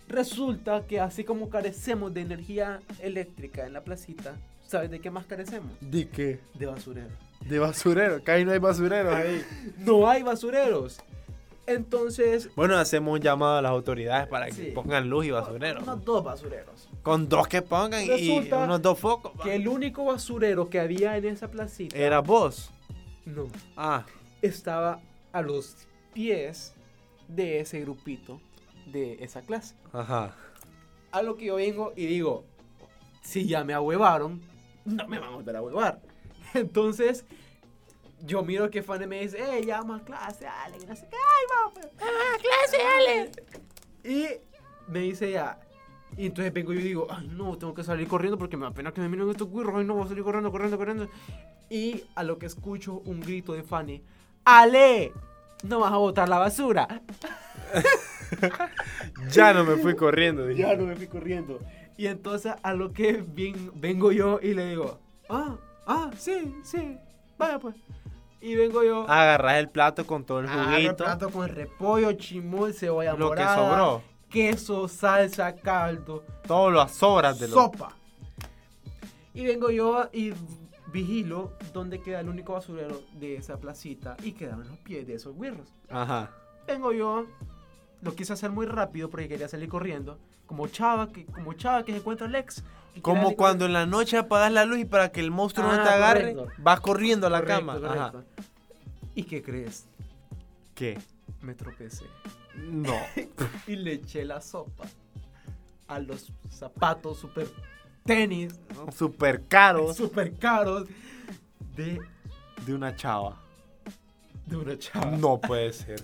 Speaker 1: Resulta que así como carecemos de energía eléctrica en la placita, ¿sabes de qué más carecemos?
Speaker 3: ¿De qué?
Speaker 1: De basurero.
Speaker 3: De basurero. Que ahí no hay basureros ahí.
Speaker 1: No hay basureros. Entonces,
Speaker 2: Bueno, hacemos un llamado a las autoridades para que
Speaker 1: Sí.
Speaker 2: pongan luz y basurero.
Speaker 1: unos dos basureros.
Speaker 2: Con dos que pongan y-
Speaker 1: Resulta
Speaker 2: y unos dos focos. va.
Speaker 1: Que el único basurero que había en esa placita
Speaker 2: Era vos.
Speaker 1: no
Speaker 2: Ah,
Speaker 1: estaba a los pies de ese grupito de esa clase.
Speaker 2: ajá.
Speaker 1: A lo que yo vengo y digo, si ya me ahuevaron, no me van a volver a huevar. Entonces, yo miro que Fanny me dice, eh, ya más clase, Ale, que no sé qué, ay, vamos, pues, ya más clase, Ale. Y me dice ya, y entonces vengo y yo digo, ay, no, tengo que salir corriendo porque me da pena que me miren estos guirros, ay, no, voy a salir corriendo, corriendo, corriendo. Y a lo que escucho un grito de Fanny, Ale, no vas a botar la basura.
Speaker 2: Ya no me fui corriendo. dije.
Speaker 1: Ya no me fui corriendo. Y entonces a lo que vin- vengo yo y le digo, ah, ah, sí, sí, vaya pues. Y vengo yo,
Speaker 2: Agarrás el plato con todo Ah, el
Speaker 1: agarro el
Speaker 2: juguito.
Speaker 1: plato con repollo, chimol, cebolla
Speaker 2: Lo que
Speaker 1: morada,
Speaker 2: sobró.
Speaker 1: queso, salsa, caldo,
Speaker 2: Todas las sobras de los.
Speaker 1: sopa. Y vengo yo y vigilo dónde queda el único basurero de esa placita y quedaban los pies de esos guirros.
Speaker 2: Ajá.
Speaker 1: Vengo yo, lo quise hacer muy rápido porque quería salir corriendo. Como chava que, como chava que se encuentra el ex. que quiere
Speaker 2: Como
Speaker 1: salir
Speaker 2: cuando
Speaker 1: corriendo.
Speaker 2: en la noche apagas la luz y para que el monstruo no
Speaker 1: Ah,
Speaker 2: te agarre,
Speaker 1: correcto.
Speaker 2: vas corriendo a la
Speaker 1: Correcto,
Speaker 2: cama. Ajá.
Speaker 1: correcto. ¿Y qué crees?
Speaker 2: ¿Qué?
Speaker 1: Me tropecé
Speaker 2: No.
Speaker 1: y le eché la sopa a los zapatos super tenis,
Speaker 2: Súper caro
Speaker 1: super caros de,
Speaker 2: de una chava.
Speaker 1: Ah. de una chava.
Speaker 2: No puede ser.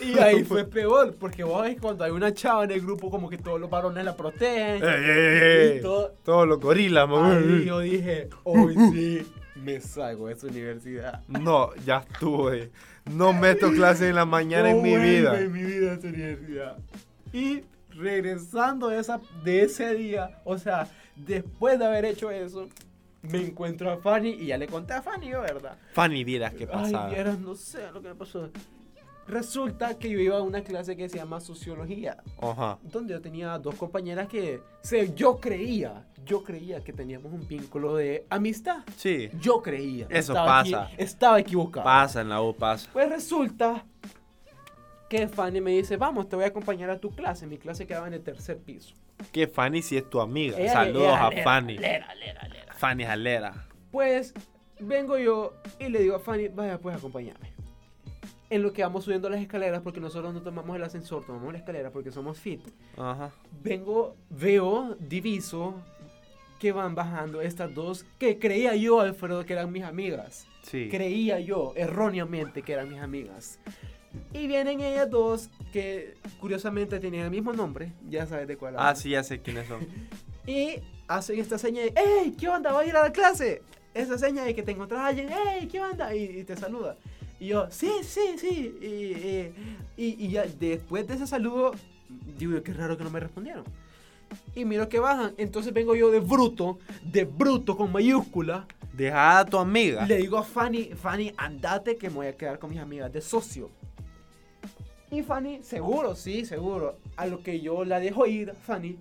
Speaker 1: Y ahí fue peor, porque vos ves cuando hay una chava en el grupo, como que todos los varones la protegen.
Speaker 3: Ey,
Speaker 2: Eh,
Speaker 3: ey, ey,
Speaker 1: Y
Speaker 3: ey.
Speaker 1: todo.
Speaker 3: Todos los gorilas, mamá.
Speaker 1: Ahí yo dije, hoy sí, me salgo de esa universidad.
Speaker 3: No, ya estuve. No meto clases en la mañana en
Speaker 1: No
Speaker 3: mi
Speaker 1: vuelvo
Speaker 3: vida.
Speaker 1: En mi vida a esa universidad. Y regresando de, esa, de ese día, o sea, después de haber hecho eso, me encuentro a Fanny y ya le conté a Fanny, yo, ¿verdad?
Speaker 2: Fanny, dirás qué pasaba.
Speaker 1: Ay, vieras, no sé lo que me pasó. Resulta que yo iba a una clase que se llama sociología,
Speaker 2: Ajá.
Speaker 1: donde yo tenía dos compañeras que se, yo creía, yo creía que teníamos un vínculo de amistad.
Speaker 2: Sí.
Speaker 1: Yo creía.
Speaker 2: Eso
Speaker 1: equi-
Speaker 2: pasa.
Speaker 1: estaba equivocado.
Speaker 2: Pasa en la U, pasa.
Speaker 1: Pues resulta que Fanny me dice, vamos, te voy a acompañar a tu clase. Mi clase quedaba en el tercer piso.
Speaker 2: Que Fanny sí es tu amiga.
Speaker 1: Ella-
Speaker 2: Saludos
Speaker 1: ella-
Speaker 2: a
Speaker 1: alera,
Speaker 2: Fanny.
Speaker 1: alera, alera, alera.
Speaker 2: Fanny Jalera.
Speaker 1: Pues vengo yo y le digo a Fanny, vaya, pues acompáñame. En lo que vamos subiendo las escaleras, porque nosotros no tomamos el ascensor, tomamos la escalera porque somos fit.
Speaker 2: Ajá.
Speaker 1: Vengo, veo, diviso que van bajando estas dos que creía yo, Alfredo, que eran mis amigas.
Speaker 2: Sí.
Speaker 1: creía yo erróneamente que eran mis amigas. Y vienen ellas dos que curiosamente tenían el mismo nombre, ya sabes de cuál.
Speaker 2: ah,
Speaker 1: hablo.
Speaker 2: sí, ya sé quiénes son.
Speaker 1: Y hacen esta seña de, ¡Ey! ¿Qué onda? ¿Vas a ir a la clase? Esa seña de que te encontrás a alguien, ¡Ey! ¿Qué onda? Y, y te saluda. Y yo, sí, sí, sí. Y, y, y- y ya después de ese saludo, digo yo, qué raro que no me respondieron. Y miro que bajan. Entonces vengo yo de bruto, de bruto con mayúscula.
Speaker 2: Deja a tu amiga.
Speaker 1: Le digo a Fanny, Fanny, andate que me voy a quedar con mis amigas de socio. Y Fanny, seguro, sí, seguro. A lo que yo la dejo ir, Fanny,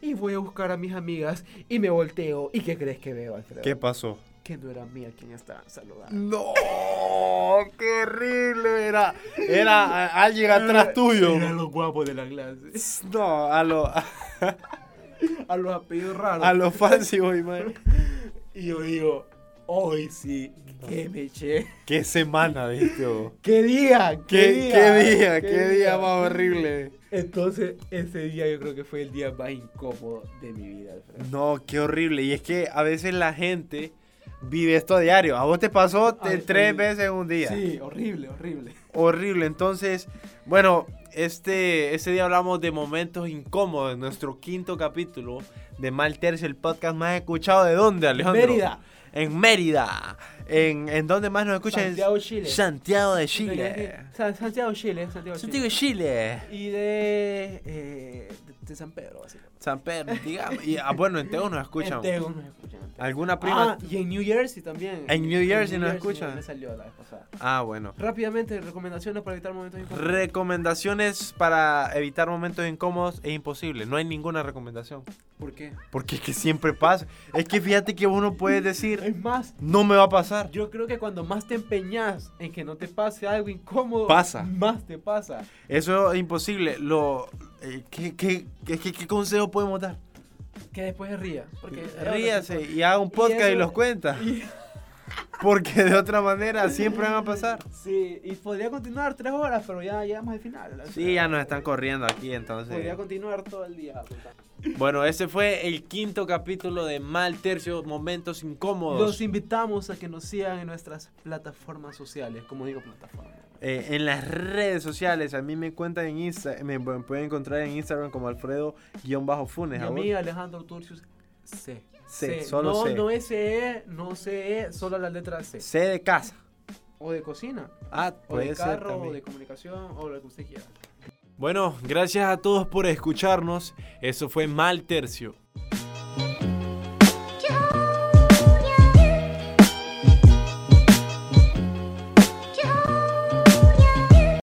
Speaker 1: y voy a buscar a mis amigas y me volteo. ¿Y qué crees que veo, Alfredo?
Speaker 3: ¿Qué pasó?
Speaker 1: Que no era mía quien estaba saludando.
Speaker 3: No, qué horrible era. Era a- alguien atrás tuyo.
Speaker 1: Eran los guapos de la clase.
Speaker 3: No, a los a,
Speaker 1: A los apellidos raros.
Speaker 3: a los fancy boy, man.
Speaker 1: Y yo digo, hoy sí, que me eché.
Speaker 3: Qué semana, viste. vos?
Speaker 1: ¿Qué día? ¿Qué,
Speaker 3: ¿Qué,
Speaker 1: día?
Speaker 3: qué día, qué día más horrible.
Speaker 1: Entonces, ese día yo creo que fue el día más incómodo de mi vida, Alfredo.
Speaker 3: No, qué horrible. Y es que a veces la gente vive esto a diario. A vos te pasó te-
Speaker 1: Ay,
Speaker 3: tres
Speaker 1: sí.
Speaker 3: veces en un día.
Speaker 1: Sí, horrible, horrible.
Speaker 2: Horrible. Entonces, bueno, este, este día hablamos de momentos incómodos. En nuestro quinto capítulo de Mal Tercio, el podcast más escuchado de dónde, Alejandro.
Speaker 1: Mérida,
Speaker 2: En Mérida. En, en donde más nos escuchan.
Speaker 1: Santiago, Chile.
Speaker 2: Santiago de
Speaker 1: Tenés
Speaker 2: Chile.
Speaker 1: que- Sa- Santiago, Chile. eh, Santiago,
Speaker 2: Santiago
Speaker 1: Chile.
Speaker 2: de Chile.
Speaker 1: Y de, eh, de, de San Pedro, básicamente.
Speaker 2: San Pedro, digamos. Y, ah, bueno, en Teo nos escuchan.
Speaker 1: En Tegu nos escuchan. en Tegu.
Speaker 2: ¿Alguna prima?
Speaker 1: Ah, y en New Jersey también.
Speaker 2: En New Jersey nos escuchan.
Speaker 1: Me salió la vez pasada.
Speaker 2: Ah, bueno.
Speaker 1: Rápidamente, recomendaciones para evitar momentos incómodos.
Speaker 2: Recomendaciones para evitar momentos incómodos e imposibles. No hay ninguna recomendación.
Speaker 1: ¿Por qué?
Speaker 2: Porque es que siempre pasa. Es que fíjate que uno puede decir,
Speaker 1: Es más,
Speaker 2: no me va a pasar.
Speaker 1: yo creo que cuando más te empeñas en que no te pase algo incómodo,
Speaker 2: Pasa.
Speaker 1: más te pasa.
Speaker 2: Eso es imposible. Lo, eh, ¿qué, qué- qué- qué- qué consejo podemos dar? Eh,
Speaker 1: Que después se ría. Porque
Speaker 2: Ríase y haga un podcast y,
Speaker 1: eso-
Speaker 2: los cuenta.
Speaker 1: Y-
Speaker 2: Porque de otra manera siempre van a pasar.
Speaker 1: Sí, y podría continuar tres horas, pero ya llegamos al final. O sea,
Speaker 2: Sí, ya nos están corriendo aquí entonces.
Speaker 1: Podría continuar todo el día. pues, contando.
Speaker 2: Bueno, ese fue el quinto capítulo de Mal Tercio, Momentos Incómodos.
Speaker 1: Los invitamos a que nos sigan en nuestras plataformas sociales, como digo, plataformas.
Speaker 2: Eh, en las redes sociales, a mí me cuentan en Instagram, me pu- pueden encontrar en Instagram como
Speaker 1: Mi
Speaker 2: Alfredo-Funes. ¿a vos?
Speaker 1: amigo Alejandro Turcius, C.
Speaker 2: C, solo
Speaker 1: no,
Speaker 2: C.
Speaker 1: No es E, no C, solo la letra C.
Speaker 2: C de casa.
Speaker 1: O de cocina,
Speaker 2: Ah,
Speaker 1: o de
Speaker 2: puede ser
Speaker 1: carro,
Speaker 2: también.
Speaker 1: o de comunicación, o lo que usted quiera.
Speaker 2: Bueno, gracias a todos por escucharnos. Eso fue Mal Tercio.